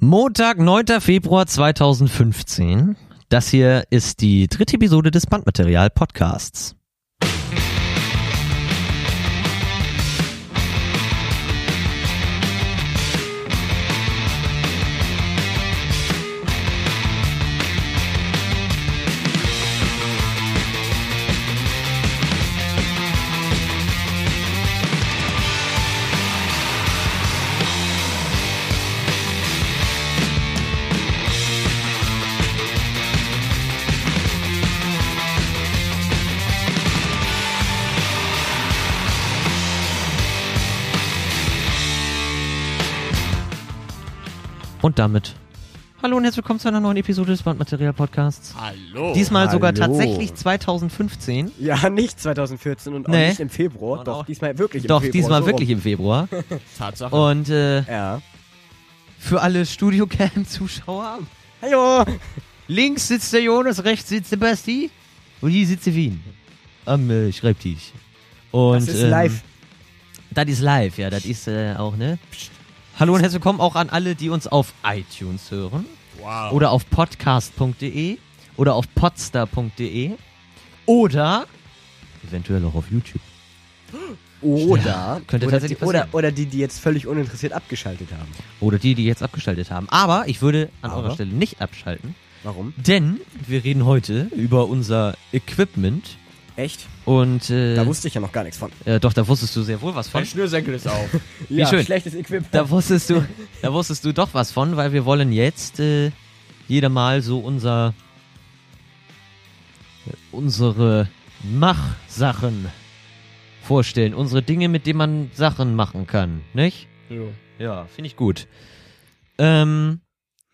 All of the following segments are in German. Montag, 9. Februar 2015. Das hier ist die dritte Episode des Bandmaterial Podcasts. Und damit. Hallo und herzlich willkommen zu einer neuen Episode des Bandmaterial Podcasts. Hallo. Diesmal sogar Oh, hallo. tatsächlich 2015. Ja, nicht 2014 und auch Nee. nicht im Februar. Und auch- doch, diesmal wirklich im Doch, Februar. diesmal so wirklich im Februar. Tatsache. Und äh, Rum. Ja. für alle Studiocam-Zuschauer, Hallo! links sitzt der Jonas, rechts sitzt der Basti und hier sitzt der Wien. Am äh, Schreibtisch. Und, Das ist ähm, live. Das ist live, ja, das ist äh, auch, ne? Hallo und herzlich willkommen auch an alle, die uns auf iTunes hören wow. oder auf podcast.de oder auf podster.de oder eventuell auch auf YouTube. Oder, Ja, könnte oder, tatsächlich die, oder, passieren. oder die, die jetzt völlig uninteressiert abgeschaltet haben. Oder die, die jetzt abgeschaltet haben. Aber ich würde an Aber? eurer Stelle nicht abschalten, Warum? denn wir reden heute über unser Equipment Echt? und äh, Da wusste ich ja noch gar nichts von. äh, doch, da wusstest du sehr wohl was von. Mein Schnürsenkel ist auf. Ja, schön. schlechtes Equipment. Da wusstest du, da wusstest du doch was von, weil wir wollen jetzt äh, jeder mal so unser äh, unsere Machsachen vorstellen, unsere Dinge, mit denen man Sachen machen kann, nicht? Ja, finde ich gut. Ähm,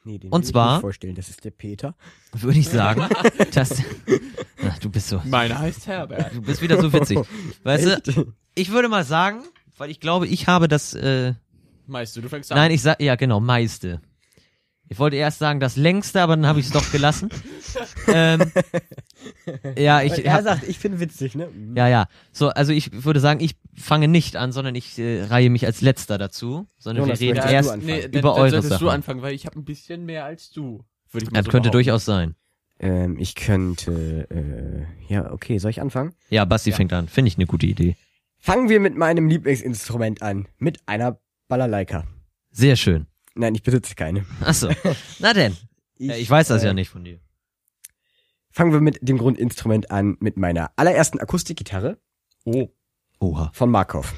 nee, den Und will ich zwar- nicht vorstellen, das ist der Peter. würde ich sagen, dass Ach, du bist so, Meiner heißt Herbert. du bist wieder so witzig. Weißt du, Echt? ich würde mal sagen, weil ich glaube, ich habe das äh, Meinst du, du fängst an? Nein, ich sag, ja genau, meiste. Ich wollte erst sagen, das längste, aber dann habe ich es doch gelassen. ähm, ja, ich, er ja, sagt, ich bin witzig, ne? ja, ja. So, also ich würde sagen, ich fange nicht an, sondern ich äh, reihe mich als letzter dazu, sondern Jonas, wir reden möchtest du erst. anfangen? nee, über dann, dann eure solltest Sachen. du anfangen, weil ich habe ein bisschen mehr als du. Würde ich mal Das könnte so behaupten. durchaus sein. Ähm, ich könnte, äh, ja, okay, soll ich anfangen? Ja, Basti Ja. fängt an. Finde ich eine gute Idee. Fangen wir mit meinem Lieblingsinstrument an. Mit einer Balalaika. Sehr schön. Nein, ich besitze keine. Achso. Na denn. Ich, ich weiß das äh, ja nicht von dir. Fangen wir mit dem Grundinstrument an, mit meiner allerersten Akustikgitarre Oh. Oha. von Markov.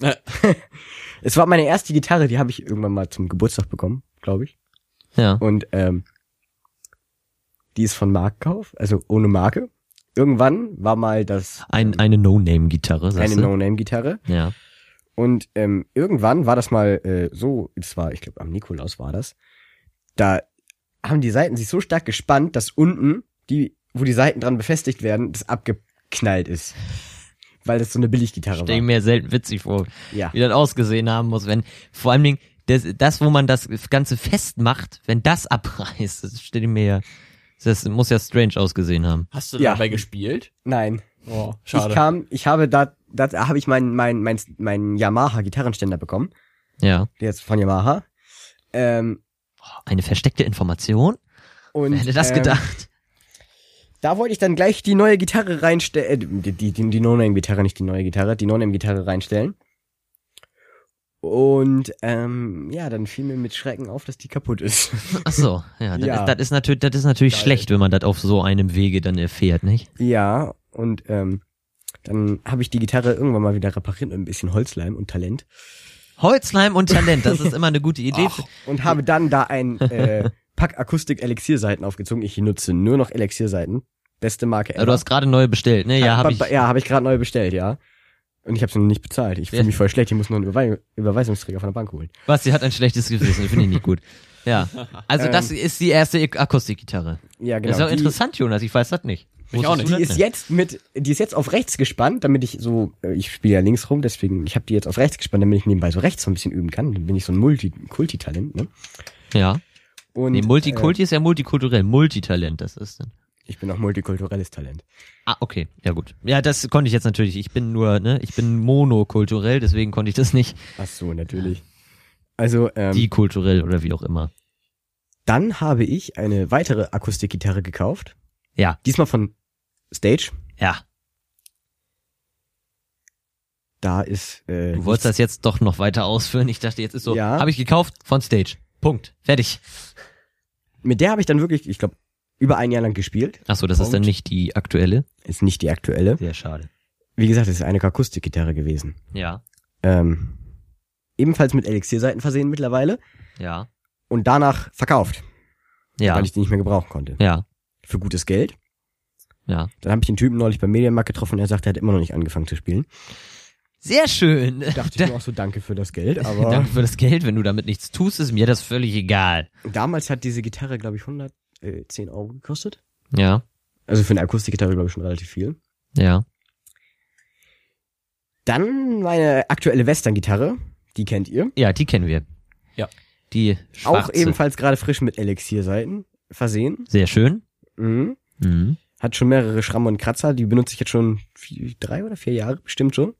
Äh. es war meine erste Gitarre, die habe ich irgendwann mal zum Geburtstag bekommen, glaube ich. Ja. Und ähm, die ist von Markov, also ohne Marke. Irgendwann war mal das Ein, eine No-Name-Gitarre, sagst eine du? No-Name-Gitarre. ja. Und ähm, irgendwann war das mal äh, so, es war, ich glaube, am Nikolaus war das. Da haben die Seiten sich so stark gespannt, dass unten, die, wo die Seiten dran befestigt werden, das abgeknallt ist. Weil das so eine Billiggitarre Stell war. mir selten witzig vor. Ja. wie das ausgesehen haben muss, wenn vor allem das, das wo man das Ganze festmacht, wenn das abreißt, das steht mir ja, das muss ja strange ausgesehen haben. Hast du Ja. dabei gespielt? Nein. Oh, Ich schade. kam, ich habe da, da habe ich meinen meinen meinen meinen Yamaha Gitarrenständer bekommen, Ja. der ist von Yamaha. Ähm, Eine versteckte Information? und Wer hätte das ähm, gedacht? Da wollte ich dann gleich die neue Gitarre reinstellen, äh, die, die, die, die No-Name-Gitarre, nicht die neue Gitarre, die No-Name-Gitarre reinstellen. Und ähm, ja, dann fiel mir mit Schrecken auf, dass die kaputt ist. Ach so, ja, das, ähm, Ja. Ist, das ist natürlich, das ist natürlich Geil. schlecht, wenn man das auf so einem Wege dann erfährt, nicht? ja, und ähm, dann habe ich die Gitarre irgendwann mal wieder repariert mit ein bisschen Holzleim und Talent. Holzleim und Talent, das ist immer eine gute Idee. Ach, Und habe dann da ein äh, Pack Akustik-Elixierseiten aufgezogen. Ich nutze nur noch Elixierseiten. Beste Marke Ja, du hast gerade neue bestellt, ne? Ja, habe ich. Äh, Ja, hab ich gerade neu bestellt, ja. Und ich habe sie noch nicht bezahlt. Ich fühle Ja. mich voll schlecht. Ich muss noch einen Überwei Überweisungsträger von der Bank holen. Basti hat ein schlechtes Gewissen, finde ich nicht gut. Ja. Also das ist die erste Akustikgitarre. Ja, Das ist Ähm. genau. auch Die, interessant, Jonas, ich weiß das nicht. Ich auch Wusstest nicht. du die das ist jetzt mit, die ist jetzt auf rechts gespannt, damit ich so, äh, ich spiele ja links rum, deswegen, ich habe die jetzt auf rechts gespannt, damit ich nebenbei so rechts so ein bisschen üben kann. Dann bin ich so ein Multi, Kulti-Talent, ne? Ja. Und, Nee, Multikulti ist ja multikulturell, Multitalent, das ist dann. Äh, ich bin auch multikulturelles Talent. Ah, okay, ja gut. Ja, das konnte ich jetzt natürlich. Ich bin nur, ne, ich bin monokulturell, deswegen konnte ich das nicht. Ach so, natürlich. Also, ähm, Die kulturell oder wie auch immer. Dann habe ich eine weitere Akustikgitarre gekauft. Ja. Diesmal von Stage. Ja. Da ist. Äh, Du wolltest das jetzt doch noch weiter ausführen. Ich dachte, jetzt ist so, Ja. habe ich gekauft von Stage. Punkt. Fertig. Mit der habe ich dann wirklich, ich glaube, über ein Jahr lang gespielt. Achso, das ist dann Punkt. nicht die aktuelle. Ist nicht die aktuelle. Sehr schade. Wie gesagt, es ist eine Akustikgitarre gewesen. Ja, Ähm, ebenfalls mit Elixierseiten versehen mittlerweile. ja, Und danach verkauft, ja, weil ich die nicht mehr gebrauchen konnte. ja, Für gutes Geld. ja. Dann habe ich den Typen neulich beim Medienmarkt getroffen und er sagte, er hat immer noch nicht angefangen zu spielen. Sehr schön. Dachte Da- ich mir auch so, danke für das Geld, aber Danke für das Geld. Wenn du damit nichts tust, ist mir das völlig egal. damals hat diese Gitarre, glaube ich, 110 Euro gekostet. Ja, Also für eine Akustikgitarre, glaube ich, schon relativ viel. ja. Dann meine aktuelle Western-Gitarre, die kennt ihr. Ja, die kennen wir. Ja. Die schwarze. Auch ebenfalls gerade frisch mit Elixierseiten versehen. Sehr schön. Mhm. Mhm. Hat schon mehrere Schrammen und Kratzer, die benutze ich jetzt schon vier, drei oder vier Jahre bestimmt schon.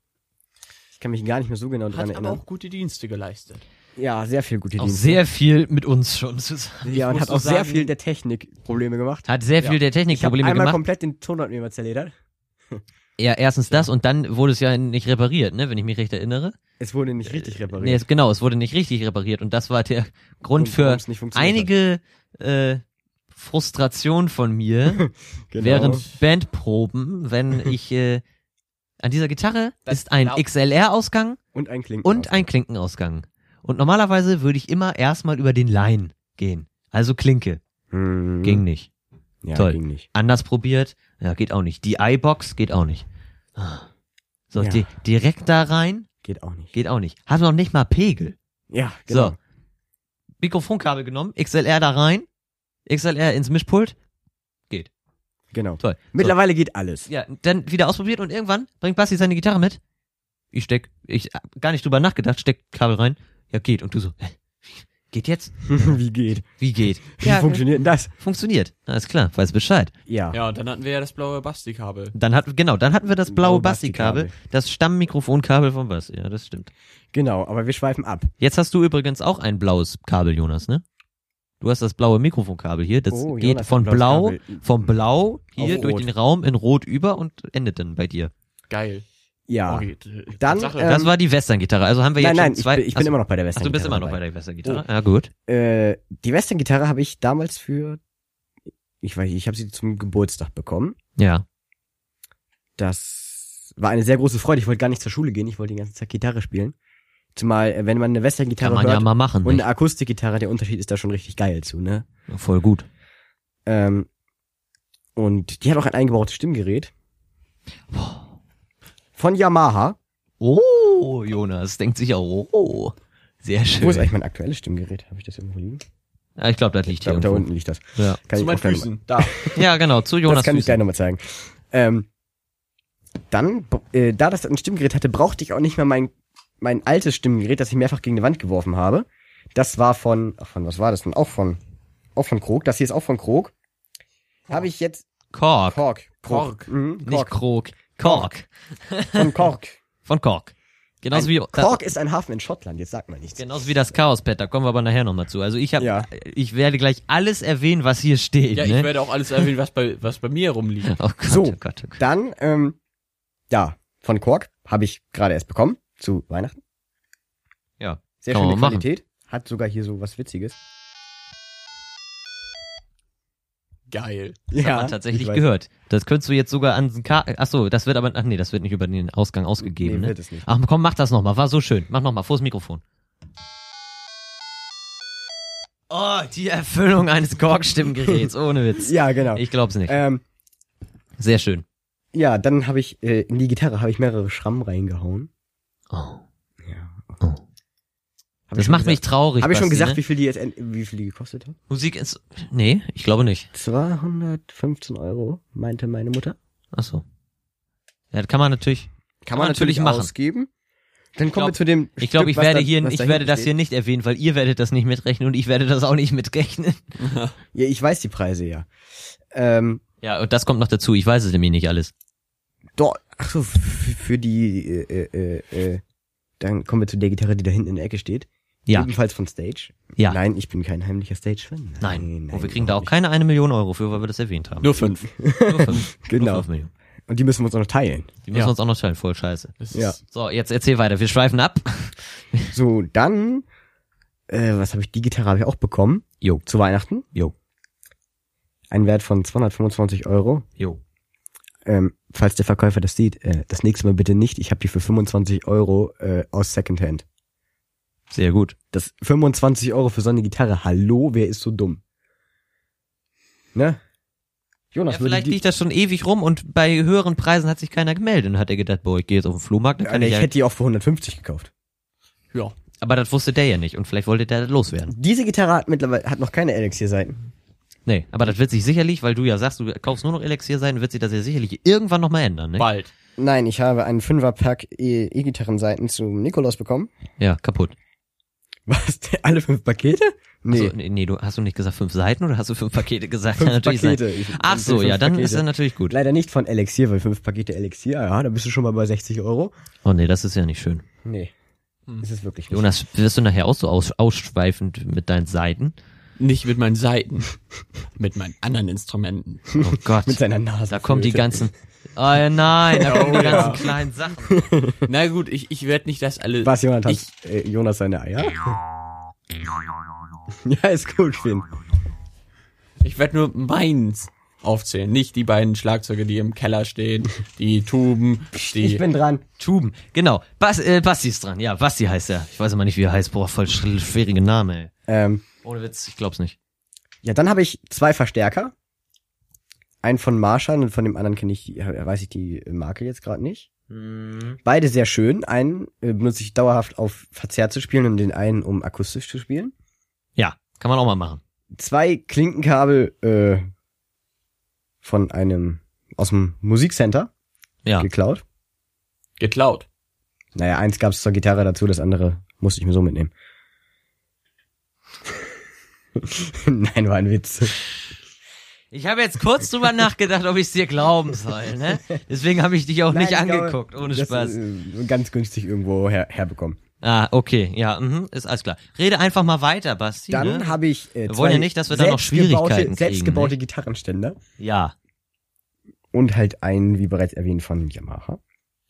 Ich kann mich gar nicht mehr so genau dran Hat aber erinnern. auch gute Dienste geleistet. ja, sehr viel gute Auch Dienste. sehr viel mit uns schon zusammen. Ich ja, und muss hat so auch sehr sagen- viel der Technik Probleme gemacht. Hat sehr viel Ja. der Technik Ich habe Probleme einmal gemacht. komplett den Tonabnehmer zerledert. Ja, erstens das und dann wurde es ja nicht repariert, ne, wenn ich mich recht erinnere. Es wurde nicht richtig repariert. Äh, Nee, es, genau, es wurde nicht richtig repariert und das war der Grund für warum's nicht funktioniert einige äh, Frustration von mir hat. Genau. während Bandproben, wenn ich äh, an dieser Gitarre Das ist ein glaub- XLR-Ausgang und ein Klinken und ein Klinkenausgang. Und normalerweise würde ich immer erstmal über den Line gehen. Also Klinke. mhm. Ging nicht. ja, toll. ging nicht. Anders probiert. Ja, geht auch nicht. Die iBox geht auch nicht. Ah. So, Ja. di direkt da rein Geht auch nicht. geht auch nicht. Hat noch nicht mal Pegel. Ja, So. Mikrofonkabel genommen, XLR da rein, XLR ins Mischpult. Genau. Toll. Mittlerweile geht alles. So, ja, dann wieder ausprobiert und irgendwann bringt Basti seine Gitarre mit. Ich steck, ich hab gar nicht drüber nachgedacht, steck Kabel rein. Ja, geht. Und du so, hä? geht jetzt? Wie geht? Wie geht? Wie funktioniert denn das? ne? Funktioniert. Alles klar, weiß Bescheid. Ja. Ja, und dann hatten wir ja das blaue Bastikabel. Dann hat, genau, dann hatten wir das blaue Blaue Basti-Kabel. Basti-Kabel, das Stammmikrofonkabel von Basti. Ja, das stimmt. Genau, aber wir schweifen ab. Jetzt hast du übrigens auch ein blaues Kabel, Jonas, ne? Du hast das blaue Mikrofonkabel hier. Das Oh, geht Jonas hat von blaues blau, Kabel. vom blau hier Auf durch rot. den Raum in rot über und endet dann bei dir. Geil. Ja. Okay, d- Dann, Tatsache. äh, das Ähm, war die Western-Gitarre. Also haben wir Nein, jetzt nein, schon ich zwei. bin, ich bin immer noch bei der Ach, Western. du bist immer noch bei dabei. der Western-Gitarre. Ja, gut. Äh, die Western-Gitarre habe ich damals für, ich weiß nicht, ich habe sie zum Geburtstag bekommen. Ja. Das war eine sehr große Freude. Ich wollte gar nicht zur Schule gehen, ich wollte den ganzen Tag Gitarre spielen. Zumal, äh, wenn man eine Kann Western-Gitarre man hört ja mal machen. ne? und eine nicht? Akustikgitarre, der Unterschied ist da schon richtig geil zu, ne? Voll gut. Ähm, und die hat auch ein eingebautes Stimmgerät. Von Yamaha. Oh, Jonas denkt sich auch, oh, sehr schön. Wo ist eigentlich mein aktuelles Stimmgerät? Habe ich das irgendwo liegen? Ah, ich glaube, das Ich liegt hier glaube, da irgendwo. unten liegt das. Ja. Kann zu ich meinen auch gerne mal- Füßen. Da. ja, genau, zu Jonas das kann ich gleich Füßen. nochmal zeigen. Ähm, dann, äh, da das ein Stimmgerät hatte, brauchte ich auch nicht mehr mein, mein altes Stimmgerät, das ich mehrfach gegen die Wand geworfen habe. Das war von, ach, von was war das denn? Auch von, auch von Krog. Das hier ist auch von Krog. Habe ich jetzt Kork, Kork. Kork. Mhm, nicht Kork. Krog. Kork. Von Kork. Von Kork. Genauso wie, Genau. Ein, Kork ist ein Hafen in Schottland, jetzt sagt man nichts. genauso wie das Chaos-Pad, da kommen wir aber nachher nochmal zu. Also ich hab, Ja. ich werde gleich alles erwähnen, was hier steht. Ja, ich ne? werde auch alles erwähnen, was bei, was bei mir rumliegt. Oh Gott, So. oh Gott, oh Gott. Dann, ähm, ja, von Kork habe ich gerade erst bekommen zu Weihnachten. Ja, Sehr kann man schöne machen. Qualität. Hat sogar hier so was Witziges. Geil. Das hat man ich tatsächlich weiß. gehört. Das könntest du jetzt sogar an Ka Ach so, das wird aber ach nee, das wird nicht über den Ausgang Nee, ausgegeben, ne? wird es nicht. Ach komm, mach das nochmal. War so schön. Mach nochmal, vors Mikrofon. Oh, die Erfüllung eines Kork-Stimmgeräts, ohne Witz. Ja, genau. Ich glaub's nicht. Ähm, Sehr schön. ja, dann habe ich äh, in die Gitarre habe ich mehrere Schrammen reingehauen. Oh. Ja. Oh. Das macht mich traurig. Habe ich schon Basti, gesagt, ne? wie viel die jetzt en- wie viel die gekostet hat? Musik ist. Nee, ich glaube nicht. 215 Euro, meinte meine Mutter. Ach so. Ja, das kann man natürlich. Kann man natürlich machen. ausgeben. Dann kommen glaub- wir zu dem Ich glaube, Stück, ich was werde da- hier, was ich dahinter werde das hier steht. nicht erwähnen, weil ihr werdet das nicht mitrechnen und ich werde das auch nicht mitrechnen. Ja, ich weiß die Preise ja. Ähm, Ja, und das kommt noch dazu. Ich weiß es nämlich nicht alles. doch, ach so, f- äh, für die äh, äh, äh, dann kommen wir zu der Gitarre, die da hinten in der Ecke steht. Ja. Ebenfalls von Stage. Ja. Nein, ich bin kein heimlicher Stage-Fan. Nein. Und wir kriegen da auch keine eine Million Euro für, weil wir das erwähnt haben. Nur fünf. Nur fünf. Nur Genau. fünf Millionen. Und die müssen wir uns auch noch teilen. Die müssen Ja. uns auch noch teilen. Voll scheiße. Das Ja. Ist, So, jetzt erzähl weiter. Wir schweifen ab. So, dann, äh, was habe ich? Die Gitarre habe ich auch bekommen. Jo. Zu Weihnachten. Jo. Ein Wert von 225 Euro. Jo. Ähm, falls der Verkäufer das sieht, äh, das nächste Mal bitte nicht. Ich habe die für 25 Euro äh, aus Secondhand. Sehr gut. Das 25 Euro für so eine Gitarre. Hallo, wer ist so dumm? Ne? Jonas, Ja, würde vielleicht die- liegt das schon ewig rum und bei höheren Preisen hat sich keiner gemeldet und hat er gedacht, boah, ich gehe jetzt auf den Flohmarkt, dann kann Alter, ich, Also, ich ja, hätte die auch für 150 gekauft. ja. aber das wusste der ja nicht und vielleicht wollte der das loswerden. Diese Gitarre hat mittlerweile hat noch keine Elixir-Seiten. Nee, aber das wird sich sicherlich, weil du ja sagst, du kaufst nur noch Elixier sein, wird sich das ja sicherlich irgendwann nochmal ändern, ne? Bald. Nein, ich habe einen 5er-Pack E- E-Gitarren-Seiten zum Nikolaus bekommen. Ja, kaputt. Was? Alle fünf Pakete? Nee, Also, nee, nee, du hast du nicht gesagt fünf Seiten oder hast du fünf Pakete gesagt? fünf Kann natürlich sein. Pakete. Ich- Ach ich- so, fünf ja, dann ist das Pakete. natürlich gut. Leider nicht von Elixier, weil fünf Pakete Elixier, ja, da bist du schon mal bei 60 Euro. Oh nee, das ist ja nicht schön. Nee, ist es wirklich nicht. Hm. Jonas, wirst du nachher auch so aus, ausschweifend mit deinen Seiten? Nicht mit meinen Saiten. mit meinen anderen Instrumenten. Oh Gott. Mit seiner Nase. da kommen die ganzen. Oh nein, da Oh kommen die ja. ganzen kleinen Sachen. Na gut, ich, ich werde nicht das alle. Was, Jonathan? Ich, Äh, Jonas seine Eier? ja, ist gut, Finn. ich werde nur meins aufzählen. Nicht die beiden Schlagzeuge, die im Keller stehen, die Tuben, Ich die. bin dran. Tuben. Genau. Bas, äh, Basti ist dran. Ja, Basti heißt er. Ich weiß immer nicht, wie er heißt. Boah, voll sch- schwieriger Name, ey. Ähm, Ohne Witz, ich glaub's nicht. ja, dann habe ich zwei Verstärker. Einen von Marshall und von dem anderen kenne ich, die- weiß ich die Marke jetzt gerade nicht. Beide sehr schön. Einen äh, benutze ich dauerhaft auf Verzerrt zu spielen und den einen, um akustisch zu spielen. Ja, kann man auch mal machen. Zwei Klinkenkabel äh, von einem aus dem Musikcenter Ja. geklaut. Geklaut. Naja, eins gab es zur Gitarre dazu, das andere musste ich mir so mitnehmen. Nein, war ein Witz. Ich habe jetzt kurz drüber nachgedacht, ob ich es dir glauben soll, ne? Deswegen habe ich dich auch Nein, nicht ich glaube, angeguckt, ohne das, Spaß. äh, ganz günstig irgendwo her herbekommen. Ah, okay, ja, mhm, ist alles klar. Rede einfach mal weiter, Basti. Dann ne? habe ich äh, Wir wollen ja nicht, dass wir da noch selbstgebaute- Schwierigkeiten kriegen, selbstgebaute Gitarrenständer. Ja, und halt einen, wie bereits erwähnt, von Yamaha.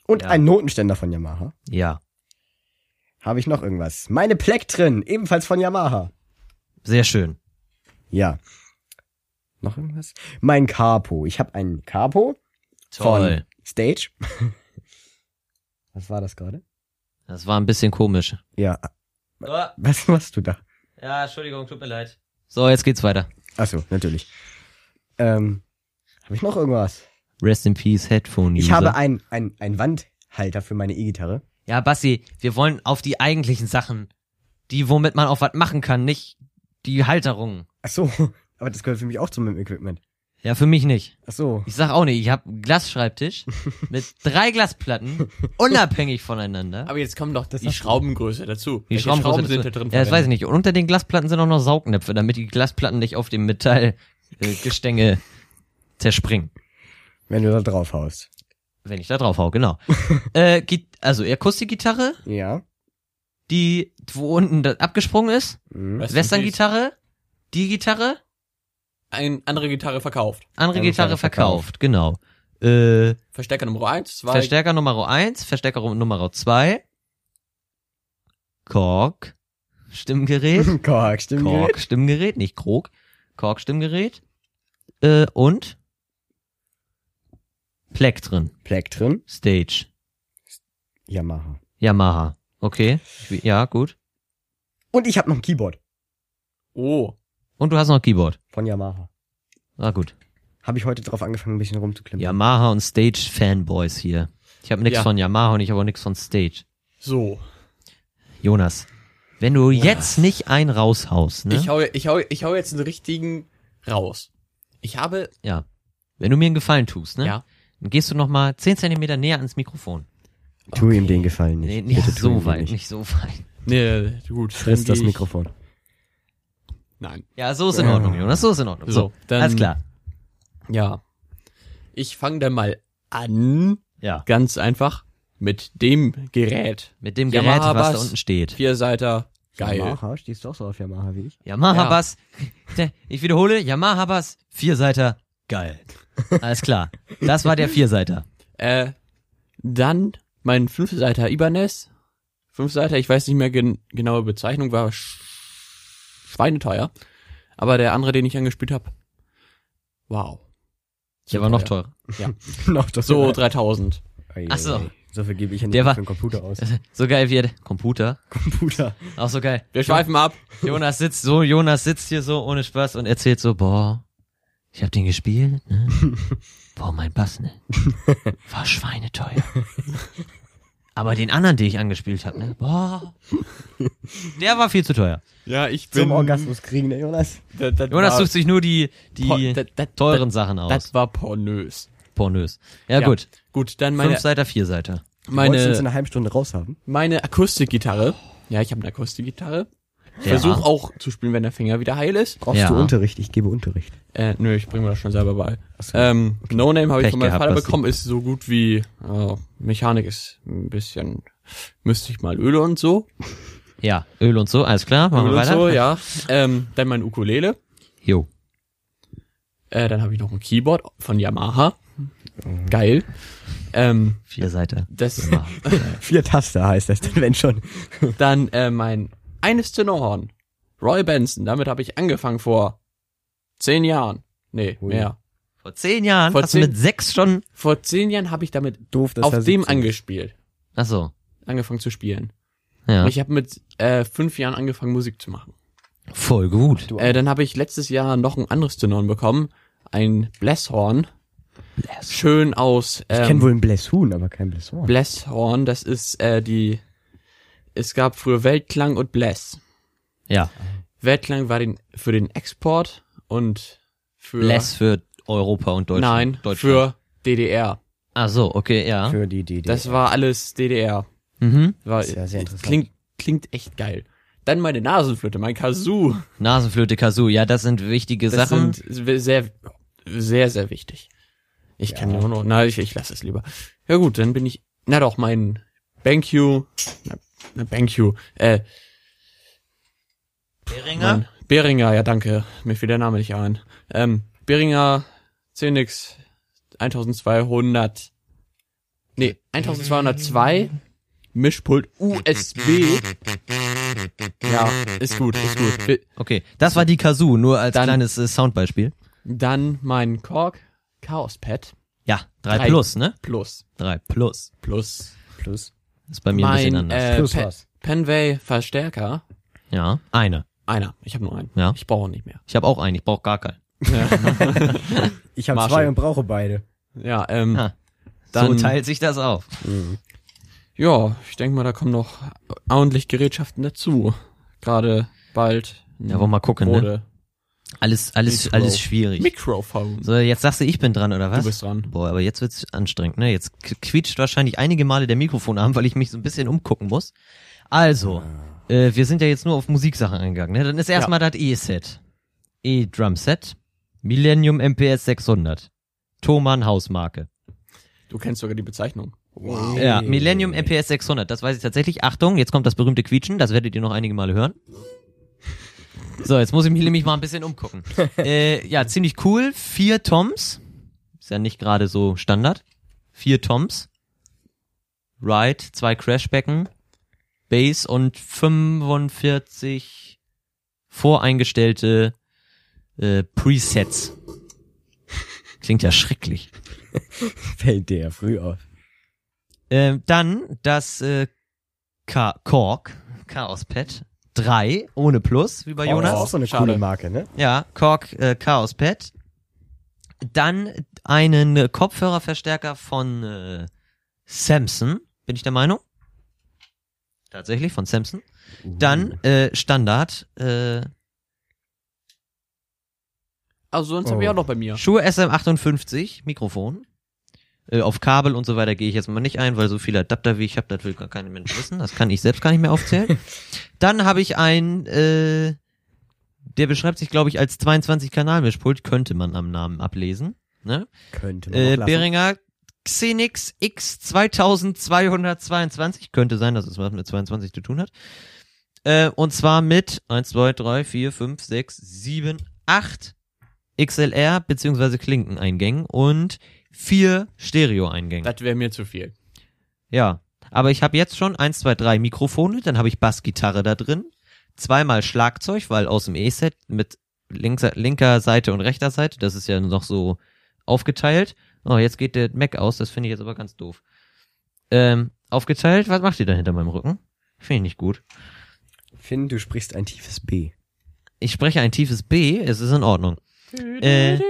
Und Ja. einen Notenständer von Yamaha. ja. Habe ich noch irgendwas? Meine Plektrin, ebenfalls von Yamaha. Sehr schön. Ja. Noch irgendwas? Mein Capo. Ich habe einen Capo Toll. von Stage. Was war das gerade? Das war ein bisschen komisch. Ja. Oh, Was machst du da? ja, Entschuldigung, tut mir leid. So, jetzt geht's weiter. Achso, natürlich. Ähm, habe ich noch irgendwas? Rest in Peace, Headphone User. Ich habe ein ein ein Wandhalter für meine E-Gitarre. ja, Basti, wir wollen auf die eigentlichen Sachen, die womit man auch was machen kann, nicht die Halterungen. Achso, aber das gehört für mich auch zum Equipment. Ja, für mich nicht. Achso. Ich sag auch nicht, ich habe einen Glasschreibtisch mit drei Glasplatten, unabhängig voneinander. Aber jetzt kommen doch Das die hast du- Schraubengröße dazu. Die Welche Schrauben sind da drin? Ja, das weiß ich nicht. Und unter den Glasplatten sind auch noch Saugnäpfe, damit die Glasplatten nicht auf dem Metallgestänge äh, Gestänge zerspringen. Wenn du da drauf haust. Wenn ich da drauf hau, genau. äh, Git- also Akustikgitarre, Ja. die wo unten da abgesprungen ist. Mhm. Was? Rest in Western-Gitarre, die Gitarre, Eine andere Gitarre verkauft. andere Andere Gitarre Gitarre verkauft, genau. Äh, Verstärker Nummer eins, zwei. Verstärker Nummer 1, Verstärker Nummer 2, Kork, Stimmgerät, Kork, stimmt. Kork, Stimmgerät, nicht Krog, Kork, Stimmgerät, äh, und Plektren, Plektrin. Stage, Yamaha. Yamaha. Okay, Ich- ja, gut. Und ich habe noch ein Keyboard oh, Und du hast noch Keyboard. von Yamaha. Ah, gut. Habe ich heute drauf angefangen, ein bisschen rumzuklemmen. Yamaha und Stage-Fanboys hier. Ich habe nichts Ja. von Yamaha und ich habe auch nichts von Stage. so. Jonas, wenn du jetzt nicht einen raushaust, ne? Ich, hau, ich, hau, ich hau jetzt einen richtigen raus. Ich habe, ja. Wenn du mir einen Gefallen tust, ne? ja, Dann gehst du noch mal 10 Zentimeter näher ans Mikrofon. Tu ihm den Gefallen nicht. Nee, nicht Bitte tu ihm so den weit, nicht. nicht so weit. nee, gut. Friss dann das geh ich- Mikrofon. Nein, Ja, so ist in Ja. Ordnung, Jonas, so ist in Ordnung. So, So, dann- alles klar. ja. Ich fange dann mal an, Ja, ganz einfach, mit dem Gerät. mit dem Gerät, Yamaha was da Bass. unten steht. Vierseiter, Geil. Yamaha, stehst du auch so auf Yamaha wie ich? Yamaha Ja. Bass. Ich wiederhole, Yamaha Bass, Vierseiter, geil. Alles klar. Das war der Vierseiter. Äh, dann mein Fünfseiter Ibanez. Fünfseiter, ich weiß nicht mehr gen genaue Bezeichnung, war sch schweineteuer. Aber der andere, den ich angespielt habe, wow. Der war noch Teuer. teurer. Noch das So 3000. Ach so. So viel gebe ich ja Der nicht war- für den Computer aus. So geil wie er. Computer. Computer. Auch so geil. Wir schweifen ab. Jonas sitzt so, Jonas sitzt hier so ohne Spaß und erzählt so, boah, ich hab den gespielt, ne? Boah, mein Bass, ne? War schweineteuer. Aber den anderen, den ich angespielt hab, ne? Boah. Der war viel zu teuer. Ja, ich Zum Orgasmus kriegen, ne, Jonas? Das, das Jonas war sucht sich nur die, die por- das- das- teuren Sachen Das, aus. das war pornös. Pornös. Ja, Ja. gut. Gut, dann meine, Fünfseiter, Vierseiter. Wolltest du uns in meine, einer halben Stunde raushaben? meine Akustikgitarre. Ja, ich habe eine Akustikgitarre. Ich Ja. versuche auch zu spielen, wenn der Finger wieder heil ist. Brauchst Ja. du Unterricht? Ich gebe Unterricht. Äh, nö, ich bringe mir das schon selber bei. Ähm, no Name habe ich Pech von meinem gehabt, Vater Basti. bekommen, ist so gut wie oh, Mechanik ist ein bisschen müsste ich mal Öle und so. Ja, Öl und so, alles klar, machen Öl wir und weiter. so, ja. Ähm, dann mein Ukulele. Jo. Äh, dann habe ich noch ein Keyboard von Yamaha. Geil. Ähm, Vierseiter. das Mhm. Ja. Vier Taster heißt das denn, wenn schon. dann äh, mein eines Tenorhorn. Roy Benson, damit habe ich angefangen vor zehn Jahren. Nee, Ui. mehr. Vor zehn Jahren Vor hast zehn- du mit sechs schon. Vor zehn Jahren habe ich damit Doof, dass er auf dem 17 ist. angespielt, Ach so. angefangen zu spielen. Ja. Ich habe mit äh, fünf Jahren angefangen, Musik zu machen. Voll gut. Äh, dann habe ich letztes Jahr noch ein anderes Tenorn bekommen. Ein Blesshorn. Schön aus Ich kenne ähm, wohl ein Blessuhn, aber kein Blessuhn. Blesshorn. Das ist äh, die... Es gab früher Weltklang und Bless. Ja. Weltklang war den, für den Export und für... Bless für Europa und Deutschland. Nein, Deutschland. für DDR. Ach so, okay, ja. Für die, die, die. Das war alles DDR. Mhm. War, Ist ja sehr interessant. Klingt, klingt echt geil. Dann meine Nasenflöte, mein Kazoo. Nasenflöte, Kazoo. Ja, das sind wichtige Das Sachen. sind sehr, sehr, sehr wichtig. Ich kann Ja. immer nur, na, ich, ich lasse es lieber. Ja gut, dann bin ich, na doch, mein BenQ, na, na BenQ, äh, mein Beringer? Beringer, ja danke, mir fiel der Name nicht ein. Ähm, Beringer CNX 1200, nee, 1202, Mischpult USB. Ja, ist gut, ist gut. Okay, das war die Kazoo, nur als Dann- kleines äh, Soundbeispiel. Dann mein Korg Chaos Pad Ja, drei Drei. plus, ne? Plus. Drei plus. Plus. Plus. Ist bei mir ein bisschen anders. Äh, Plus Pe was? Penway Verstärker. ja, eine. Einer. Ich habe nur einen. Ja. Ich brauche nicht mehr. Ich habe auch einen, ich brauche gar keinen. Ich habe Marshall. zwei und brauche beide. Ja, ähm, Ah, so Dann- teilt sich das auf. ja, ich denke mal, da kommen noch ordentlich Gerätschaften dazu. Gerade bald. Ja, wollen wir mal gucken, ne? Mode. Alles, alles, Mikro. alles schwierig. Mikrofon. So, jetzt sagst du, ich bin dran, oder was? Du bist dran. Boah, aber jetzt wird's anstrengend, ne? Jetzt k- quietscht wahrscheinlich einige Male der Mikrofonarm, weil ich mich so ein bisschen umgucken muss. Also, äh, wir sind ja jetzt nur auf Musiksachen eingegangen, ne? Dann ist erstmal das E-Set. E-Drum-Set. Millennium MPS 600. Thomann Hausmarke. Du kennst sogar die Bezeichnung. Wow. Ja, Millennium MPS 600, das weiß ich tatsächlich. Achtung, jetzt kommt das berühmte Quietschen, das werdet ihr noch einige Male hören. So, jetzt muss ich mich nämlich mal ein bisschen umgucken. äh, ja, ziemlich cool. Vier Toms. Ist ja nicht gerade so Standard. Vier Toms. Ride, zwei Crashbecken. Bass und 45 voreingestellte äh, Presets. Klingt ja schrecklich. Fällt dir ja früh auf. Ähm, dann das äh, Ka Kork, Chaos Pad 3, ohne Plus, wie bei Oh, Das ist auch Jonas. so eine Schade. coole Marke, ne? Ja, Kork äh, Chaos Pad. Dann einen äh, Kopfhörerverstärker von äh, Samson, bin ich der Meinung. Tatsächlich, von Samson. Dann äh, Standard. Äh, Also sonst Oh. habe ich auch noch bei mir. Schuhe SM58, Mikrofon. Äh, auf Kabel und so weiter gehe ich jetzt mal nicht ein, weil so viele Adapter wie ich habe, das will gar kein Mensch wissen. Das kann ich selbst gar nicht mehr aufzählen. Dann habe ich ein, äh, der beschreibt sich, glaube ich, als 22-Kanal-Mischpult, könnte man am Namen ablesen. Ne? Könnte man Äh, auch lassen. Beringer Xenix X2222, könnte sein, dass es was mit 22 zu tun hat. Äh, und zwar mit 1, 2, 3, 4, 5, 6, 7, 8 XLR bzw. Klinkeneingängen und vier Stereo-Eingängen. Das wäre mir zu viel. Ja. Aber ich habe jetzt schon 1, 2, 3 Mikrofone, dann habe ich Bassgitarre da drin, zweimal Schlagzeug, weil aus dem E-Set mit links, linker Seite und rechter Seite, das ist ja noch so aufgeteilt. Oh, jetzt geht der Mac aus, das finde ich jetzt aber ganz doof. Ähm, aufgeteilt, was macht ihr da hinter meinem Rücken? Finde ich nicht gut. Finn, du sprichst ein tiefes B. Ich spreche ein tiefes B, es ist in Ordnung. Äh.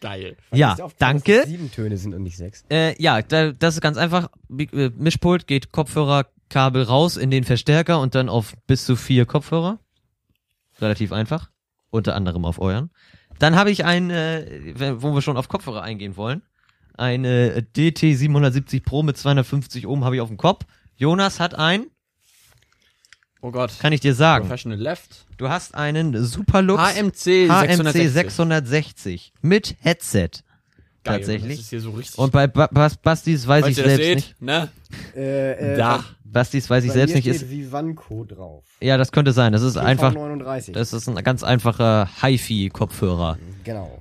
Geil. Ja, Ist dir aufgefallen, danke. dass das Sieben Töne sind und nicht sechs. Äh, ja, da, das ist ganz einfach. Mi- äh, Mischpult geht Kopfhörerkabel raus in den Verstärker und dann auf bis zu vier Kopfhörer. Relativ einfach. Unter anderem auf euren. Dann habe ich ein, äh, wenn- wo wir schon auf Kopfhörer eingehen wollen, äh, eine DT 770 Pro mit 250 Ohm habe ich auf dem Kopf. Jonas hat ein, Oh Gott. kann ich dir sagen. Professional Left. Du hast einen Superlux HMC, HMC 660. 660 mit Headset. Geil, tatsächlich. Das ist hier so richtig. Und bei ba Bas Bastis weiß falls ich ihr das selbst seht, nicht. ne? Äh, da. Bastis weiß ich selbst nicht. Ist, Vivanco drauf. ja, das könnte sein. Das ist einfach, 39. das ist ein ganz einfacher HiFi-Kopfhörer. genau.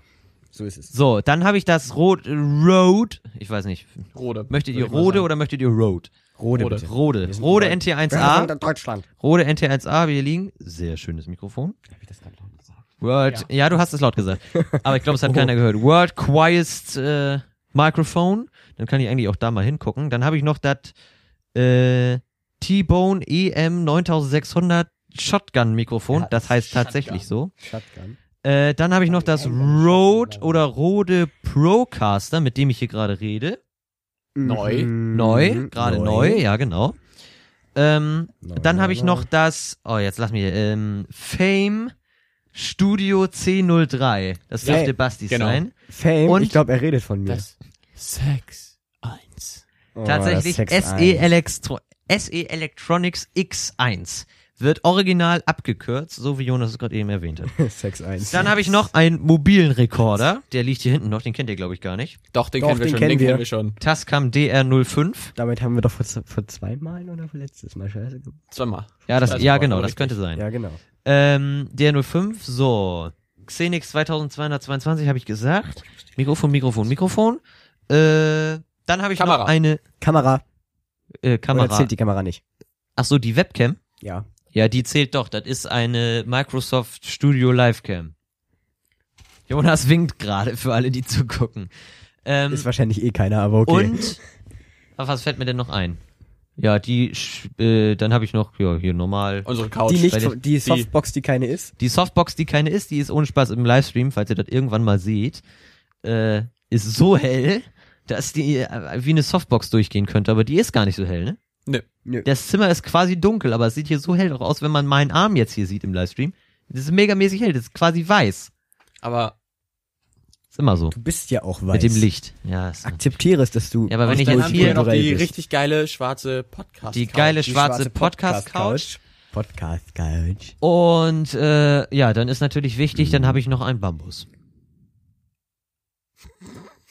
So ist es. So, dann habe ich das Rot Rode. Ich weiß nicht. Rode. Möchtet ihr würd ich mal Rode sagen. oder möchtet ihr Rode? Rode, Rode. bitte. Rode. Wir sind Rode bereit. NT1A. Wir sind Deutschland. Rode NT1A, wir liegen. Sehr schönes Mikrofon. Word. Ja, Oh. du hast es laut gesagt. Aber ich glaube, es hat keiner gehört. World Quietest äh, Microphone. Dann kann ich eigentlich auch da mal hingucken. Dann habe ich noch das äh, T-Bone EM 9600 Shotgun Mikrofon. Ja, das heißt tatsächlich so. Shotgun. Äh, dann habe ich noch das Rode oder Rode Procaster, mit dem ich hier gerade rede. Neu. Mhm. Neu, gerade neu. ja genau. Ähm, Neu, dann neu, habe ich neu. noch das, oh jetzt lass mich, ähm, Fame Studio C03. Das Ja, dürfte Bastis genau. sein. Fame. Und- ich glaube, er redet von mir. Das 6, 1. Oh, Tatsächlich E das Sex- SE, Electro SE Electronics X1 wird original abgekürzt, so wie Jonas es gerade eben erwähnt hat. 6-1. Dann habe ich noch einen mobilen Rekorder, der liegt hier hinten noch, den kennt ihr glaube ich gar nicht. Doch, den Doch, kennen wir den schon. kennen den wir. kennen wir schon. Tascam DR05. Damit haben wir doch vor, z- vor zwei Malen oder vor letztes Mal Scheiße gemacht. Zweimal. Ja, das, Das ja war genau, wohl das richtig. könnte sein. Ja, genau. Ähm, DR05, so. Xenix 2222 habe ich gesagt. Mikrofon, Mikrofon, Mikrofon. Äh, dann habe ich Kamera. noch eine Kamera. äh, Oder Kamera. zählt die Kamera nicht? Ach so, die Webcam. Ja. Ja, die zählt doch. Das ist eine Microsoft Studio Livecam. Jonas winkt gerade für alle, die zugucken. Ähm, Ist wahrscheinlich eh keiner, aber okay. Und Ach, was fällt mir denn noch ein? Ja, die, sch- äh, dann habe ich noch ja, hier normal. Unsere Couch. Die bei nicht, den- die Softbox, die keine ist. Die Softbox, die keine ist, die ist ohne Spaß im Livestream, falls ihr das irgendwann mal seht, äh, ist so hell, dass die äh, wie eine Softbox durchgehen könnte, aber die ist gar nicht so hell, ne? Nö. Nö. Das Zimmer ist quasi dunkel, aber es sieht hier so hell auch aus, wenn man meinen Arm jetzt hier sieht im Livestream. Das ist megamäßig hell, das ist quasi weiß. Aber Ist immer so. Du bist ja auch weiß. Mit dem Licht. Ja, ist Akzeptiere es, dass du Ja, aber wenn Und ich dann jetzt haben wir hier noch die bist. richtig geile schwarze Podcast. die geile die schwarze, Podcast-Couch. Podcast-Couch. Und äh, ja, dann ist natürlich wichtig, dann habe ich noch einen Bambus.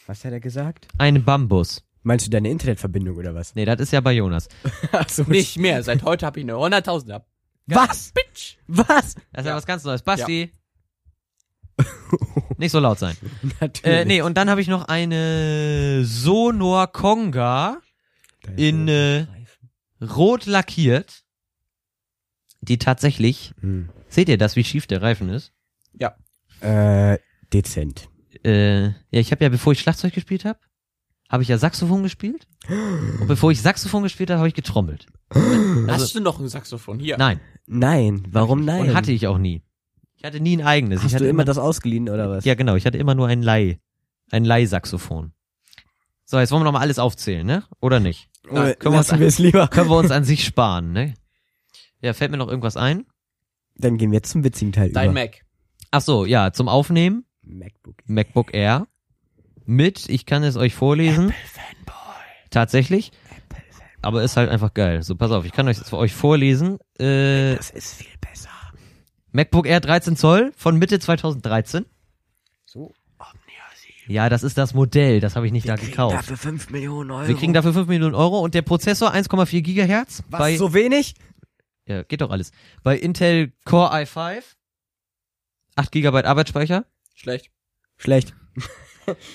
Was hat er gesagt? Einen Bambus. Meinst du deine Internetverbindung oder was? Nee, das ist ja bei Jonas. Ach so, Nicht mehr. Seit heute habe ich eine 100.000 ab. Was? Bitch. Das Was? ist ja Ja. was ganz Neues. Basti! Nicht so laut sein. Natürlich. Äh, nee, und dann habe ich noch eine Sonor Conga Dein in, äh, Reifen. rot lackiert, die tatsächlich, Hm. seht ihr das, wie schief der Reifen ist? Äh, dezent. Äh, ja, ich habe ja, bevor ich Schlagzeug gespielt habe, habe ich ja Saxophon gespielt. Und bevor ich Saxophon gespielt habe, habe ich getrommelt. Also- Hast du noch ein Saxophon? Hier. Nein, Nein, warum nein? und hatte ich auch nie. Ich hatte nie ein eigenes. Hast ich hatte du immer das ausgeliehen oder was? Ja, genau. Ich hatte immer nur ein Leih. Ein Leihsaxophon. So, jetzt wollen wir nochmal alles aufzählen, ne? Oder nicht? Oder können wir Äh, Oh, lassen uns- wir es lieber. Können wir uns an sich sparen, ne? Ja, fällt mir noch irgendwas ein? Dann gehen wir jetzt zum witzigen Teil Dein über. Mac. Ach so, ja, zum Aufnehmen. MacBook. MacBook Air. Mit, ich kann es euch Mhm. vorlesen. Tatsächlich. Aber ist halt einfach geil. So, pass auf, ich kann euch für euch vorlesen. Äh, Das ist viel besser. MacBook Air 13 Zoll von Mitte 2013. So. Omnia 7. Ja, das ist das Modell, das habe ich nicht da gekauft. 5 Millionen Euro. Wir kriegen dafür 5 Millionen Euro und der Prozessor 1,4 Gigahertz. Was, bei, so wenig? ja, geht doch alles. Bei Intel Core i5, 8 Gigabyte Arbeitsspeicher. Schlecht. Schlecht.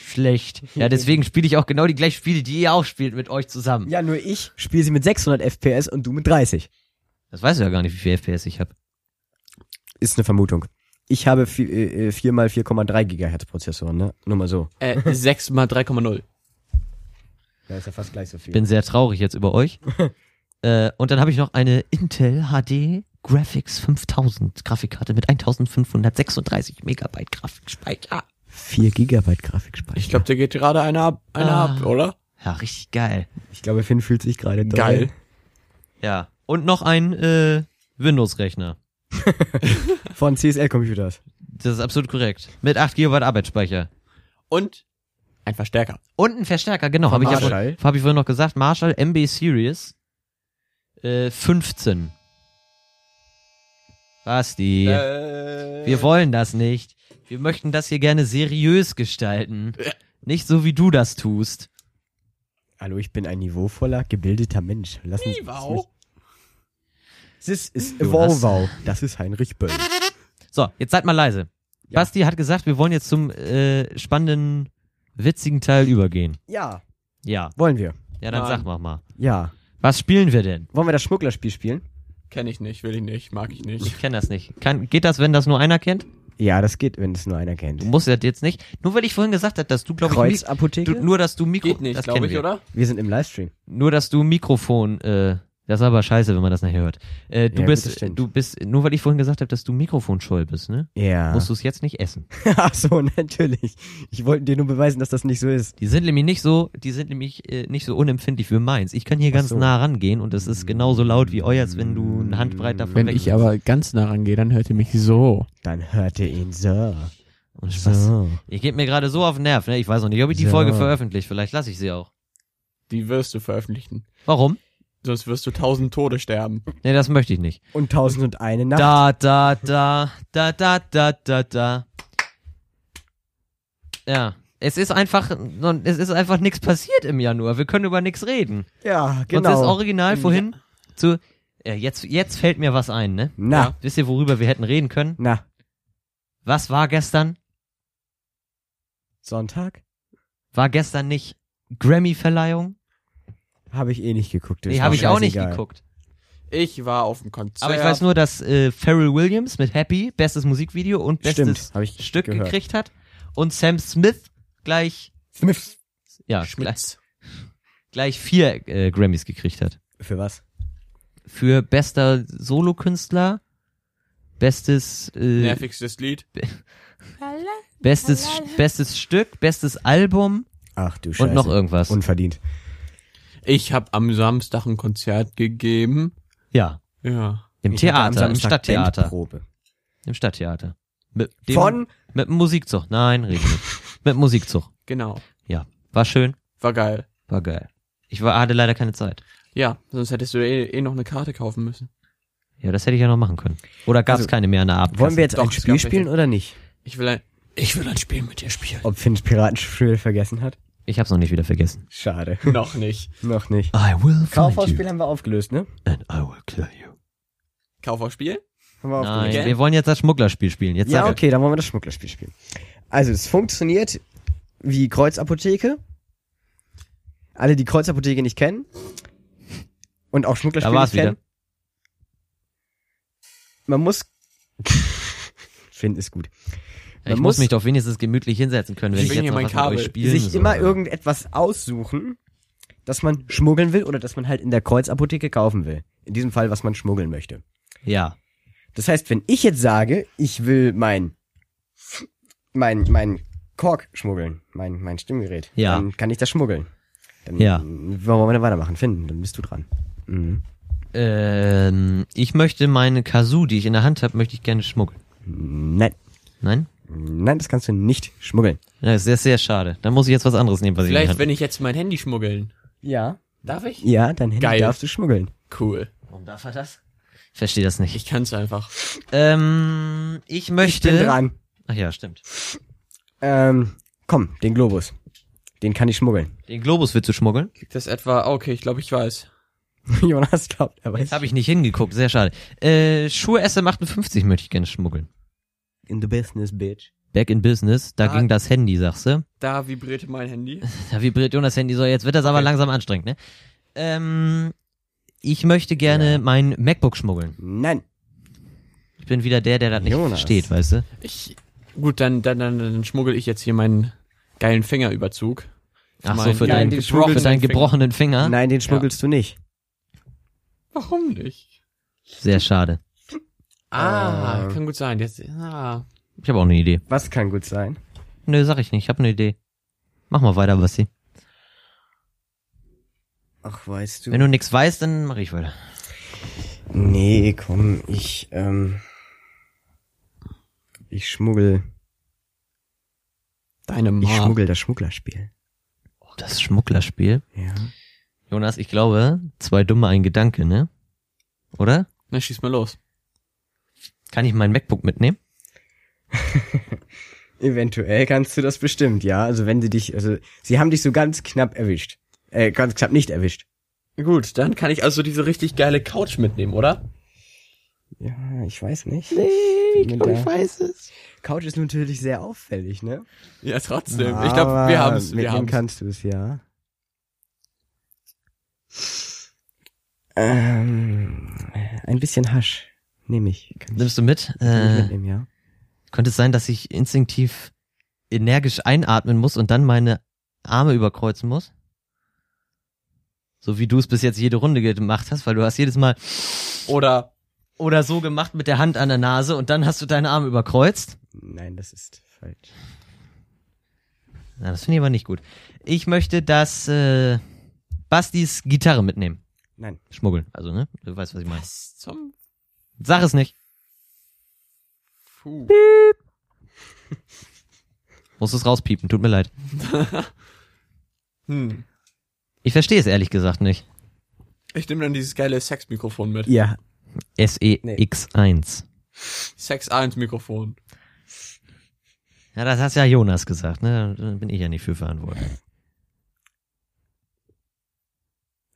Schlecht. Ja, deswegen spiele ich auch genau die gleichen Spiele, die ihr auch spielt mit euch zusammen. Ja, nur ich spiele sie mit 600 FPS und du mit 30. Das weißt du ja gar nicht, wie viel FPS ich habe. Ist eine Vermutung. Ich habe äh, 4 x 4,3 Gigahertz Prozessoren, ne? Nur mal so. Äh, 6 mal 3,0. Da ist ja fast gleich so viel. Bin sehr traurig jetzt über euch. äh, und dann habe ich noch eine Intel HD Graphics 5000 Grafikkarte mit 1536 Megabyte Grafikspeicher. 4 Gigabyte Grafikspeicher. ah. Ich glaube, der geht gerade einer ab, einer Ah. ab, oder? Ja, richtig geil. ich glaube, Finn fühlt sich gerade doll. Geil. Ja. Und noch ein äh, Windows-Rechner. Von CSL Computers. Das ist absolut korrekt. Mit 8 GB Arbeitsspeicher. Und ein Verstärker. Und ein Verstärker, genau. Habe ich, ja, Marshall. vorhin- hab ich vorhin noch gesagt. Marshall MB Series äh, 15. Basti, Äh. wir wollen das nicht. Wir möchten das hier gerne seriös gestalten. Nicht so, wie du das tust. Hallo, ich bin ein niveauvoller, gebildeter Mensch. Lass uns. Wow. Das ist Jonas. wow, wow. Das ist Heinrich Böll. So, jetzt seid mal leise. Ja. Basti hat gesagt, wir wollen jetzt zum äh, spannenden, witzigen Teil übergehen. Ja, Ja, wollen wir. ja, dann Nein. sag mal mal. Ja. Was spielen wir denn? Wollen wir das Schmugglerspiel spielen? Kenn ich nicht, will ich nicht, mag ich nicht. Ich kenne das nicht. Kann, geht das, wenn das nur einer kennt? Ja, das geht, wenn es nur einer Du kennt. musst das jetzt nicht. Nur weil ich vorhin gesagt habe, dass du, glaube ich, Mi- Kreuzapotheke? du, nur dass du Mikro Geht nicht, das glaube kennen ich, wir. oder? wir sind im Livestream. Nur dass du Mikrofon. Äh, das ist aber scheiße, wenn man das nachher hört. Äh, du Ja, gut, das bist, stimmt. du bist. Nur weil ich vorhin gesagt habe, dass du mikrofonscheu bist, ne? Ja. Musst du es jetzt nicht essen. Ach so, natürlich. Ich wollte dir nur beweisen, dass das nicht so ist. Die sind nämlich nicht so. Die sind nämlich äh, nicht so unempfindlich wie meins. Ich kann hier ganz so. Mm, nah rangehen und es ist genauso laut wie euer, als wenn du eine Handbreit davon weg sitzt. ganz nah rangehe, dann hört ihr mich so. Dann hörte ihn so. Und Spaß. Ihr geht mir gerade so auf den Nerv. Ne? Ich weiß noch nicht, ob ich die So. Folge veröffentliche. Vielleicht lasse ich sie auch. Die wirst du veröffentlichen. Warum? Sonst wirst du tausend Tode sterben. Nee, das möchte ich nicht. Und tausend und eine Nacht. Da, da, da, da, da, da, da, da. Ja. Es ist einfach, es ist einfach nichts passiert im Januar. Wir können über nichts reden. Ja, Genau. Uns ist original Im vorhin zu, ja, jetzt, jetzt fällt mir was ein, ne? Na, Ja. Wisst ihr, worüber wir hätten reden können? na. Was war gestern? Sonntag? War gestern nicht Grammy-Verleihung? Habe ich eh nicht geguckt. ist Nee, doch habe ich auch nicht scheißegal. geguckt. Ich war auf dem Konzert. Aber ich weiß nur, dass äh, Pharrell Williams mit Happy bestes Musikvideo und bestes Stimmt, habe ich Stück gehört. gekriegt hat. Und Sam Smith gleich, Smiths. ja, gleich, Schmitz. gleich vier äh, Grammys gekriegt hat. Für was? Für bester Solokünstler, bestes äh, Nervigstes Lied. bestes bestes Stück, bestes Album Ach du Scheiße. und noch irgendwas. Unverdient. Ich habe am Samstag ein Konzert gegeben. ja, Ja. im Ich hatte am Theater, im Samstag Stadttheater, Bandprobe. im Stadttheater. Mit dem, Von? mit dem Musikzug. Nein, rede ich nicht. mit dem Musikzug. Genau. Ja, war schön, War geil. war geil. Ich war, hatte leider keine Zeit. Ja, sonst hättest du eh, eh noch eine Karte kaufen müssen. Ja, das hätte ich ja noch machen können. Oder gab es Also, keine mehr in der Abend? Wollen wir jetzt Doch, ein es Spiel gab welche. spielen oder nicht? Ich will ein, ich will ein Spiel mit dir spielen. Ob Finch Piratenspiel vergessen hat? Ich hab's noch nicht wieder vergessen. Schade. noch nicht. noch nicht. I will find Kaufhausspiel you haben wir aufgelöst, ne? and I will kill you. Kaufhausspiel? Haben wir Nein, Gell? wir wollen jetzt das Schmugglerspiel spielen. Jetzt Ja, sag okay, dann wollen wir das Schmugglerspiel spielen. Also, es funktioniert wie Kreuzapotheke. Alle, die Kreuzapotheke nicht kennen. Und auch Schmugglerspiel Da war's nicht kennen. wieder. Man muss... Finn ist gut. Ja, ich Man muss muss- mich doch wenigstens gemütlich hinsetzen können, wenn Ich ich, jetzt bring hier noch mein was mit euch Kabel. spielen sich soll. immer irgendetwas aussuchen, das man schmuggeln will oder das man halt in der Kreuzapotheke kaufen will. In diesem Fall, was man schmuggeln möchte. Ja. Das heißt, wenn ich jetzt sage, ich will mein mein mein Kork schmuggeln, mein mein Stimmgerät, Ja. dann kann ich das schmuggeln. Dann Ja. wollen wir dann weitermachen, Finn, dann bist du dran. Mhm. Ähm, ich möchte meine Kazoo, die ich in der Hand habe, möchte ich gerne schmuggeln. Nein, Nein? nein, das kannst du nicht schmuggeln. Das ist sehr, sehr schade. Dann muss ich jetzt was anderes nehmen, was ich Vielleicht, in der wenn ich jetzt mein Handy schmuggeln. Ja. Darf ich? Ja, dein Handy Geil. darfst du schmuggeln. Cool. Hand Warum darf er das? Ich verstehe das nicht. Ich kann's einfach. Ähm, ich möchte... Ich bin dran. Ach ja, stimmt. Ähm, Komm, den Globus. Den kann ich schmuggeln. Den Globus willst du schmuggeln? Liegt das etwa, ah, okay, ich glaube, ich weiß. Jonas glaubt, er weiß. Habe ich nicht hingeguckt, sehr schade. Äh, Schuhe SM58 möchte ich gerne schmuggeln. In the business, bitch. Back in Business, da Ah. ging das Handy, sagst du. Da vibrierte mein Handy. Da vibriert Jonas Handy so, jetzt wird das aber Okay. langsam anstrengend, ne? Ähm, ich möchte gerne mein MacBook schmuggeln. Nein. Ich bin wieder der, der das nicht Jonas. versteht, weißt du? Ich, gut, dann, dann, dann, dann schmuggel ich jetzt hier meinen geilen Fingerüberzug. Ach so, meinen für, deinen, geilen den gebrochenen- für deinen Finger. gebrochenen Finger. Nein, den schmuggelst du nicht. Warum nicht? Sehr schade. Ah, Ähm. kann gut sein. Jetzt, ah. Ich habe auch eine Idee. Was kann gut sein? Nö, sag ich nicht, ich habe eine Idee. Mach mal weiter, Basti. Ach, weißt Wenn du nichts weißt, dann mache ich weiter. Nee, komm, ich, ähm. Ich schmuggel. Deine Ich Ma. schmuggel das Schmugglerspiel. Oh, Das Schmugglerspiel. Ja. Jonas, ich glaube, zwei Dumme, ein Gedanke, ne? Oder? Na, schieß mal los. Kann ich mein MacBook mitnehmen? Eventuell kannst du das bestimmt, ja. Also wenn sie dich, also sie haben dich so ganz knapp erwischt. Äh, ganz knapp nicht erwischt. Gut, dann kann ich also diese richtig geile Couch mitnehmen, oder? Ja, ich weiß nicht. ich glaub, ich weiß es. Couch ist natürlich sehr auffällig, ne? Ja, trotzdem. ich glaube, wir haben es. Wir mitnehmen haben kannst du es, ja. Ähm, ein bisschen Hasch nehme ich. Kann ich, Nimmst du mit? kann ich Äh, mitnehmen, ja. Könnte es sein, dass ich instinktiv energisch einatmen muss und dann meine Arme überkreuzen muss? So wie du es bis jetzt jede Runde gemacht hast, weil du hast jedes Mal Oder oder so gemacht mit der Hand an der Nase und dann hast du deine Arme überkreuzt. Nein, das ist falsch. Na, das finde ich aber nicht gut. Ich möchte, dass äh, Bastis Gitarre mitnehmen. Nein. Schmuggeln, also, ne? Du weißt, was ich meine. was zum Sag es nicht. Fu? Musst es rauspiepen, tut mir leid. Hm. Ich verstehe es ehrlich gesagt nicht. Ich nehme dann dieses geile Sex-Mikrofon mit. Ja. E SEX1. Sex 1 Mikrofon. Ja, das hast ja Jonas gesagt, ne? Da bin ich ja nicht für verantwortlich.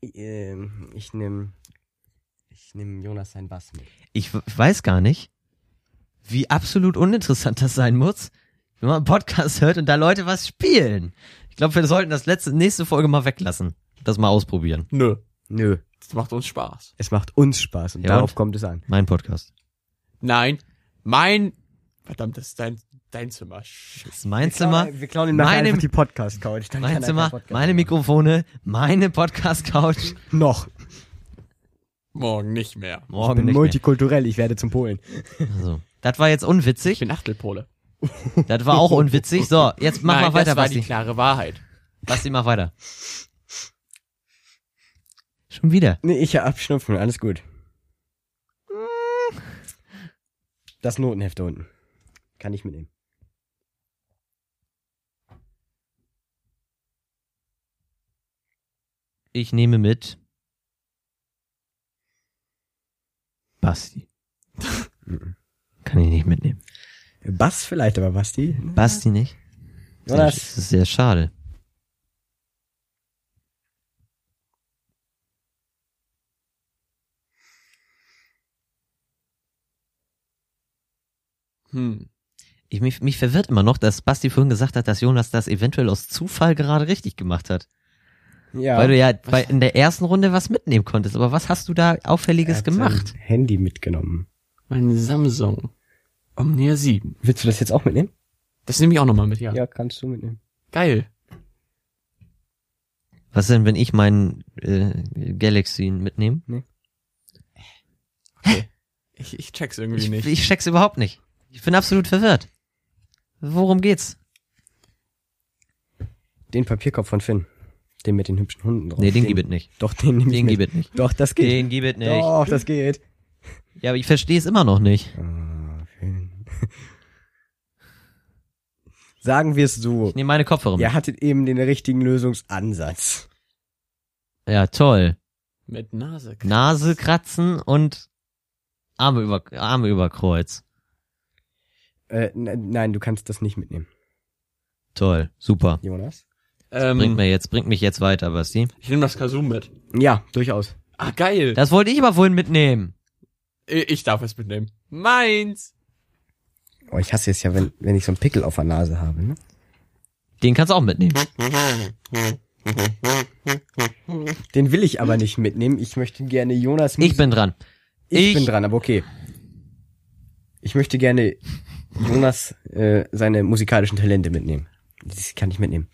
Ähm, ich nehme ich nehm Jonas sein Bass mit. ich w- weiß gar nicht, wie absolut uninteressant das sein muss, wenn man einen Podcast hört und da Leute was spielen. Ich glaube, wir sollten das letzte, nächste Folge mal weglassen. Das mal ausprobieren. Nö, Nö, das macht uns Spaß. es macht uns Spaß und Ja, darauf und? kommt es an. Mein Podcast. Nein, mein verdammt, das ist dein dein Zimmer. Das ist mein Zimmer, wir klauen ihm nachher meine- einfach die Podcast-Couch. dann kann mein er keinen Zimmer, Podcast meine machen. Mikrofone, meine Podcast-Couch. Noch. Morgen nicht mehr. Ich Morgen bin nicht mehr. multikulturell, ich werde zum Polen. So. Das war jetzt Ich unwitzig. bin Achtelpole. Das war auch unwitzig. So, jetzt mach Nein, mal weiter, das war die Basti. klare Wahrheit. Basti, mach weiter. Schon wieder. Nee, ich hab Schnupfen, alles gut. Das Notenheft da unten. Kann ich mitnehmen. Ich nehme mit Basti. Kann ich nicht mitnehmen. Bass vielleicht, aber Basti. Basti nicht? Sehr, Jonas, Das ist sehr schade. Hm. Ich, mich, mich verwirrt immer noch, dass Basti vorhin gesagt hat, dass Jonas das eventuell aus Zufall gerade richtig gemacht hat. ja. Weil du ja bei, in der ersten Runde was mitnehmen konntest. Aber was hast du da Er Auffälliges hat gemacht? sein Handy mitgenommen. Mein Samsung Omnia 7. Willst du das jetzt auch mitnehmen? Das nehme ich auch nochmal mit, ja. kannst du mitnehmen. Geil. Was denn, wenn ich meinen äh, Galaxy mitnehme? Ich, ich check's irgendwie Ich, nicht. ich check's überhaupt nicht. Ich bin absolut verwirrt. Worum geht's? Den Papierkopf von Finn. Den mit den hübschen Hunden drauf. Nee, den gibt es nicht. Doch, den nehm ich Den mit. gibt es nicht. Doch, das geht. Den gibt es nicht. Doch, das geht. Ja, aber ich verstehe es immer noch nicht. Ah, Finn. Sagen wir es so. Ich nehme meine Kopfhörer mit. Ihr Ja. hattet eben den richtigen Lösungsansatz. ja, toll. Mit Nase. Nase kratzen und Arme über, Arme über Kreuz. Äh, n- nein, du kannst das nicht mitnehmen. Toll, super. Jonas? Bringt, Ähm, mir jetzt, bringt mich jetzt weiter, Basti. ich nehme das Kazoo mit. Ja, durchaus. Ah, geil. Das wollte ich aber vorhin mitnehmen. I- ich darf es mitnehmen. Meins. Oh, ich hasse es ja, wenn, wenn ich so einen Pickel auf der Nase habe. Ne? Den kannst du auch mitnehmen. Den will ich aber nicht mitnehmen. Ich möchte gerne Jonas Ich bin dran. Ich, Ich- bin dran, aber okay. Ich möchte gerne Jonas äh, seine musikalischen Talente mitnehmen. Das kann ich mitnehmen.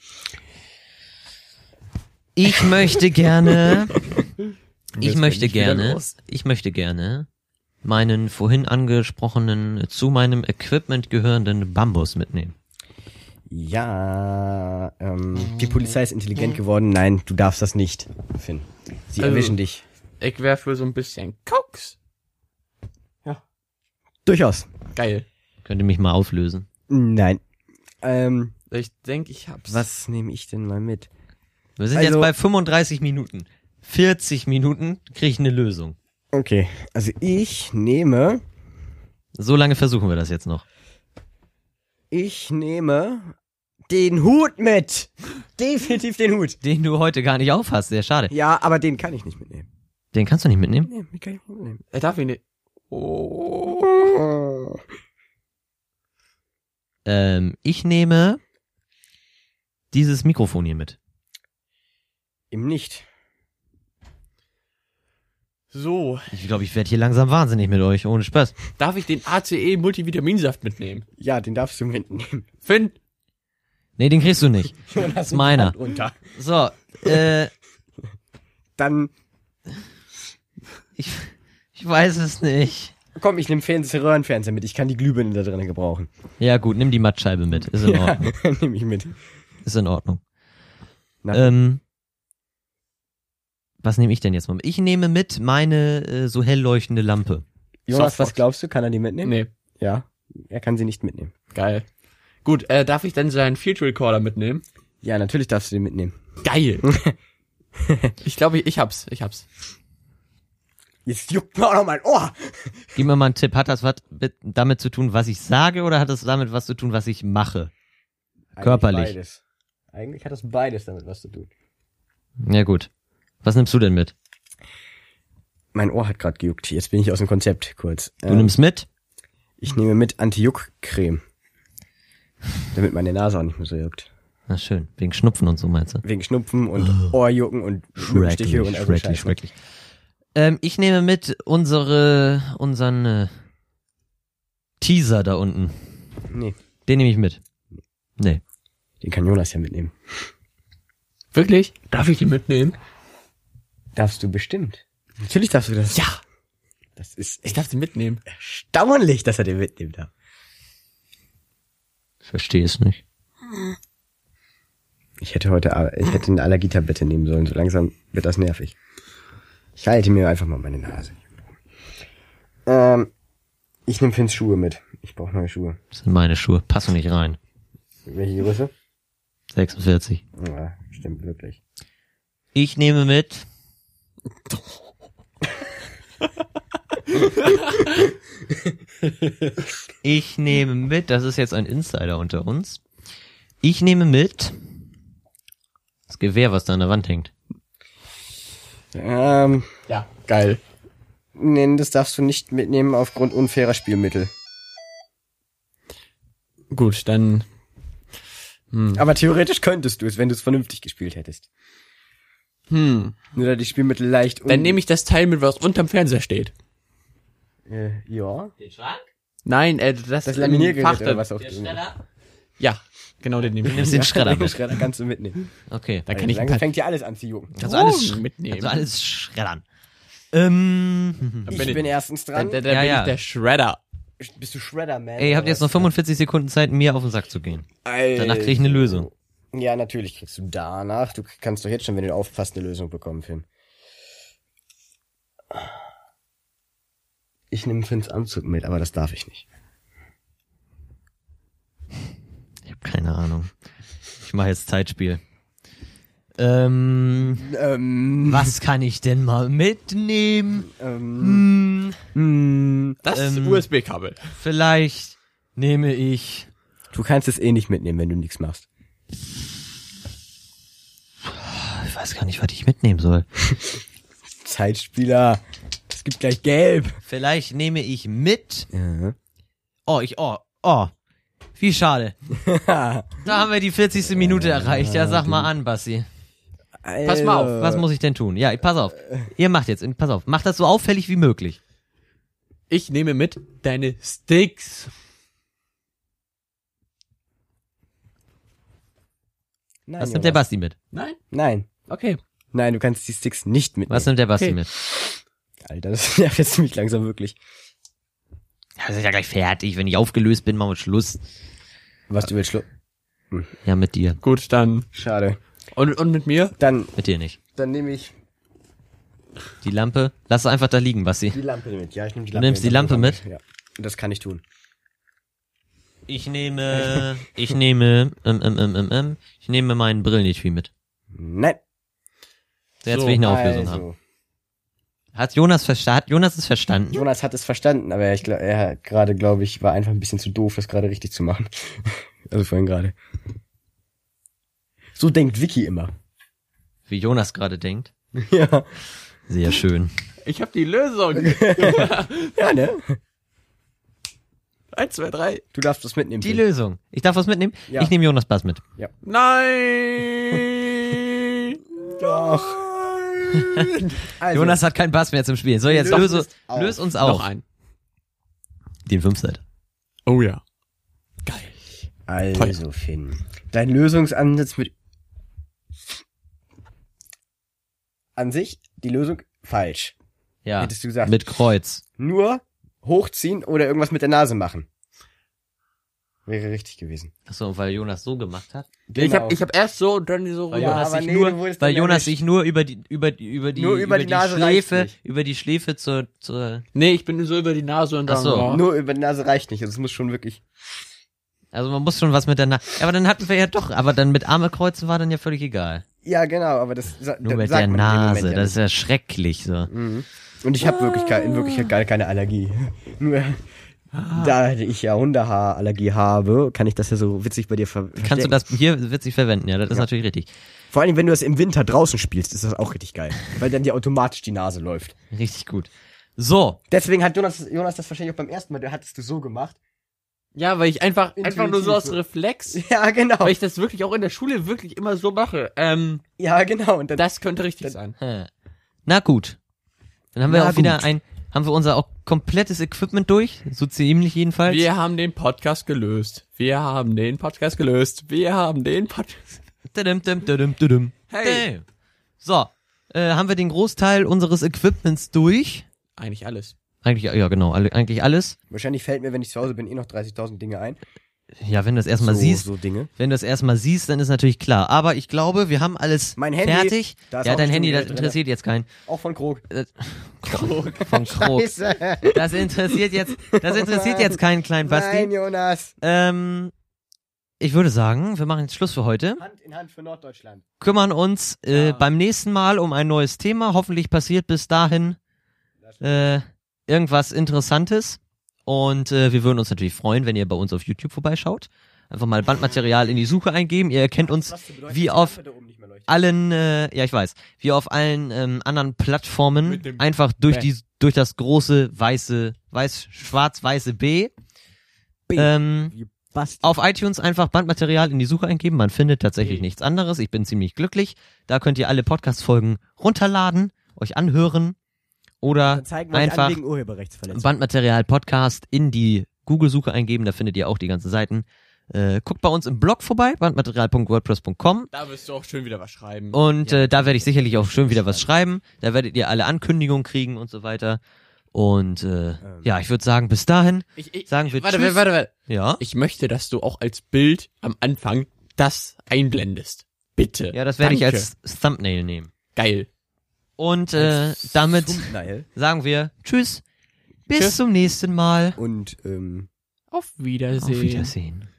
Ich möchte gerne, ich Jetzt möchte bin ich wieder gerne, los. ich möchte gerne meinen vorhin angesprochenen, zu meinem Equipment gehörenden Bambus mitnehmen. Ja, ähm, die Polizei ist intelligent geworden. Nein, du darfst das nicht, Finn. Sie Also- erwischen dich. Ich wär für so ein bisschen Koks. Durchaus. Geil. Könnte mich mal auflösen. Nein. Ähm, Ich denk, ich hab's. was nehme ich denn mal mit? Wir sind jetzt Also- bei 35 Minuten. 40 Minuten kriege ich eine Lösung. Okay, also ich nehme, So lange versuchen wir das jetzt noch. ich nehme den Hut mit. Definitiv den Hut. Den du heute gar nicht aufhast, sehr schade. Ja, aber den kann ich nicht mitnehmen. Den kannst du nicht mitnehmen? Nee, den kann ich nicht mitnehmen. Er Äh, darf ihn nicht. Oh. Oh. Ähm, ich nehme dieses Mikrofon hier mit. Eben nicht. So. Ich glaube, ich werde hier langsam wahnsinnig mit euch, ohne Spaß. Darf ich den ACE Multivitaminsaft mitnehmen? Ja, den darfst du mitnehmen. Finn. Nee, den kriegst du nicht. Jonas ist meiner. runter. So, äh, Dann, ich, ich weiß es nicht. komm, ich nehme Fernseher, Röhrenfernseher mit. Ich kann die Glühbirne da drin gebrauchen. Ja gut, nimm die Mattscheibe mit. Ist in Ordnung. nehme ich mit. Ist in Ordnung. Na. Ähm, was nehme ich denn jetzt mal mit? Ich nehme mit meine äh, so hell leuchtende Lampe. Jonas, was Softbox. glaubst du? Kann er die mitnehmen? Nee. Ja, er kann sie nicht mitnehmen. Geil. Gut, äh, darf ich denn seinen Field Recorder mitnehmen? Ja, natürlich darfst du den mitnehmen. Geil. ich glaube, ich, ich hab's. Ich hab's. Jetzt juckt mir auch noch mein Ohr. Gib mir mal einen Tipp. Hat das was mit, damit zu tun, was ich sage oder hat das damit was zu tun, was ich mache? Körperlich. Eigentlich beides. Eigentlich hat das beides damit was zu tun. Ja gut. Was nimmst du denn mit? Mein Ohr hat gerade gejuckt. Jetzt bin ich aus dem Konzept kurz. Du nimmst mit? ich nehme mit Anti-Juck-Creme. Damit meine Nase auch nicht mehr so juckt. Na schön, wegen Schnupfen und so meinst du? Wegen Schnupfen und Ohrjucken und Schrecklich, Mückenstiche und all so ein schrecklich, Scheiß. schrecklich. Ähm, ich nehme mit unsere, unseren äh, Teaser da unten. Nee, Den nehme ich mit. Nee. den kann Jonas ja mitnehmen. Wirklich? Darf ich ihn mitnehmen? Darfst du bestimmt. Natürlich darfst du das. Ja. Das ist Ich echt darf den mitnehmen. erstaunlich, dass er den mitnehmen darf. Verstehe es nicht. Ich hätte heute, A- ich hätte eine Allergietablette nehmen sollen. So langsam wird das nervig. Ich halte mir einfach mal meine Nase. Ähm, ich nehme Finns Schuhe mit. Ich brauche neue Schuhe. Das sind meine Schuhe. Passen nicht rein. Welche Größe? 46. Ja, stimmt wirklich. Ich nehme mit. Ich nehme mit, das ist jetzt ein Insider unter uns. Ich nehme mit das Gewehr, was da an der Wand hängt. Ähm, Ja. Geil. nee, das darfst du nicht mitnehmen aufgrund unfairer Spielmittel. Gut, dann. Hm. Aber theoretisch könntest du es, wenn du es vernünftig gespielt hättest. hm. Nur da die Spielmittel leicht Dann nehme ich das Teil mit, was unterm Fernseher steht. Äh, ja. Den Schrank? Nein, äh, das, Das im Laminiergerät Fach oder da- was auf dem. Ja, genau den nehme ich. Nimmst den Schredder Den mit. Schredder kannst du mitnehmen. Okay. Da kann ich ein Langsam paar fängt ja alles an zu jucken. Kannst du alles, Drogen sch- mitnehmen. kannst du alles schreddern. Ähm, Da Ich bin ich- bin erstens Da, dran. da, da Ja, bin ja. ich der Shredder. Bist du Shredder, man? ey, ihr habt oder jetzt noch was? 45 Sekunden Zeit, mir auf den Sack zu gehen. Danach krieg ich eine Lösung. Also, Ja, natürlich kriegst du danach. Du kannst doch jetzt schon, wenn du aufpasst, eine Lösung bekommen, Finn. Ich nehme Finns Anzug mit, aber das darf ich nicht. Ich habe keine Ahnung. Ich mache jetzt Zeitspiel. Ähm, Ähm, was kann ich denn mal mitnehmen? ähm, Hm, Das ist Ähm. USB-Kabel. vielleicht nehme ich du kannst es eh nicht mitnehmen, wenn du nichts machst. Ich weiß gar nicht, was ich mitnehmen soll. Zeitspieler. Es gibt gleich gelb. Vielleicht nehme ich mit. Ja. Oh, ich, oh, oh. Wie schade. Da haben wir die 40. Minute erreicht. Ja, sag mal an, Basti. Pass mal auf, Was muss ich denn tun? Ja, pass auf. Ihr macht jetzt, pass auf. Macht das so auffällig wie möglich. Ich nehme mit deine Sticks. Nein, Was nimmt der Basti mit? Nein? Nein. Okay. Nein, du kannst die Sticks nicht mitnehmen. Was nimmt der Basti Okay. mit? Alter, das nervt jetzt ziemlich langsam wirklich. Ja, das ist ja gleich fertig. Wenn ich aufgelöst bin, machen wir Schluss. Was du willst, Schlu Ja, mit dir. Gut, dann. Schade. Und, und mit mir? Dann, Mit dir nicht. dann nehme ich Die Lampe. Lass es einfach da liegen, Basti. die Lampe mit. Ja, ich nehme die Lampe nimmst mit. die Lampe mit? Ja. Das kann ich tun. Ich nehme, ich nehme, ähm, ähm, ähm, ähm, ähm, ich nehme meinen Brillenetui mit. Nein. So, jetzt So, will ich eine also. Auflösung haben. Hat Jonas verstanden? Hat Jonas es verstanden? Jonas hat es verstanden, aber ich glaub, er hat gerade, glaube ich, war einfach ein bisschen zu doof, das gerade richtig zu machen. Also vorhin gerade. So denkt Vicky immer. Wie Jonas gerade denkt. Ja. Sehr schön. Ich habe die Lösung. Ja, ne? Eins, zwei, drei. Du darfst das mitnehmen. Die Phil. Lösung. Ich darf was mitnehmen? Ja. Ich nehme Jonas Bass mit. Nein! Doch. Also, Jonas hat keinen Bass mehr zum Spielen. So, jetzt Lösung löse, ist auf. löse uns Noch auf. ein. Den Fünfseiter. Oh ja. Geil. also Finn. Dein Lösungsansatz mit an sich die Lösung falsch. Ja. Hättest du gesagt. Mit Kreuz. Nur hochziehen oder irgendwas mit der Nase machen. Wäre richtig gewesen. Achso, weil Jonas so gemacht hat. Ich Genau. habe ich hab erst so und dann so Weil Ja, Jonas aber sich nee, du nur, wurdest weil dann Jonas erwischt. sich nur über die, über die, über die, Nur über die Nase reicht's Schläfe, nicht. über die Schläfe zur, zur, Nee, ich bin so über die Nase und dann Ach so. Oh. Nur über die Nase reicht nicht. Also es muss schon wirklich. also man muss schon was mit der Nase, aber dann hatten wir ja doch, aber dann mit Arme kreuzen war dann ja völlig egal. Ja, genau, aber das sa- Nur da- mit sagt der man in dem Moment Nase, ja das ist ja schrecklich, so. Mhm. Und ich habe wirklich ke- in Wirklichkeit gar keine Allergie. Nur Ah. da ich ja Hundehaarallergie habe, kann ich das ja so witzig bei dir ver Kannst du verstecken. das hier witzig verwenden, ja, das ist natürlich richtig. Vor allem, wenn du das im Winter draußen spielst, ist das auch richtig geil, weil dann dir automatisch die Nase läuft. Richtig gut. So. Deswegen hat Jonas, Jonas das wahrscheinlich auch beim ersten Mal, der hattest du so gemacht. Ja, weil ich einfach, einfach nur so aus Intuitiv. Reflex, Ja, genau. weil ich das wirklich auch in der Schule wirklich immer so mache. Ähm, Ja, genau. Und dann, das könnte richtig sein. Hä. Na gut. Dann haben wir Na auch wieder gut. ein, haben wir unser auch komplettes Equipment durch, so ziemlich jedenfalls. Wir haben den Podcast gelöst. Wir haben den Podcast gelöst. Wir haben den Podcast. Tudum, tudum, tudum, tudum. Hey. Hey. So, äh, haben wir den Großteil unseres Equipments durch? Eigentlich alles. Eigentlich, ja genau, alle, eigentlich alles. wahrscheinlich fällt mir, wenn ich zu Hause bin, eh noch 30.000 Dinge ein. Ja, wenn du das erstmal so, siehst, so Dinge. wenn du das erstmal siehst, dann ist natürlich klar. Aber ich glaube, wir haben alles Mein Handy, fertig. da ist ja, auch dein bestimmt Handy, das Geld drin. interessiert jetzt keinen. Auch von Krog. äh, Krog. Von Krog. Scheiße. Das interessiert jetzt, das interessiert Mann. jetzt keinen kleinen Nein, Basti. Jonas. Ähm, ich würde sagen, wir machen jetzt Schluss für heute. Hand in Hand für Norddeutschland. kümmern uns äh, Ja. beim nächsten Mal um ein neues Thema. Hoffentlich passiert bis dahin äh, irgendwas Interessantes. Und äh, wir würden uns natürlich freuen, wenn ihr bei uns auf YouTube vorbeischaut. Einfach mal Bandmaterial in die Suche eingeben. Ihr kennt uns wie auf allen, äh, ja ich weiß, wie auf allen ähm, anderen Plattformen Mit dem einfach durch B. die durch das große weiße, weiß, schwarz-weiße B. B. Ähm, Basti. auf iTunes einfach Bandmaterial in die Suche eingeben. Man findet tatsächlich Hey. nichts anderes. Ich bin ziemlich glücklich. Da könnt ihr alle Podcast-Folgen runterladen, euch anhören oder Dann zeigen wir einfach einfach wegen Urheberrechtsverletzung. Bandmaterial Podcast in die Google-Suche eingeben. Da findet ihr auch die ganzen Seiten. Äh, guckt bei uns im Blog vorbei, bandmaterial.wordpress.com. Da wirst du auch schön wieder was schreiben. Und Ja. äh, da werde ich sicherlich auch schön wieder was schreiben. Da werdet ihr alle Ankündigungen kriegen und so weiter. Und äh, Ähm. ja, ich würde sagen, bis dahin ich, ich, sagen wir warte, Tschüss. warte, warte, warte. Ja, Ich möchte, dass du auch als Bild am Anfang das einblendest. Bitte. ja das werde ich Danke. als Thumbnail nehmen. geil. Und äh, damit Thumbnail. sagen wir Tschüss, bis Tschüss. zum nächsten Mal. Und ähm, Auf Wiedersehen. Auf Wiedersehen.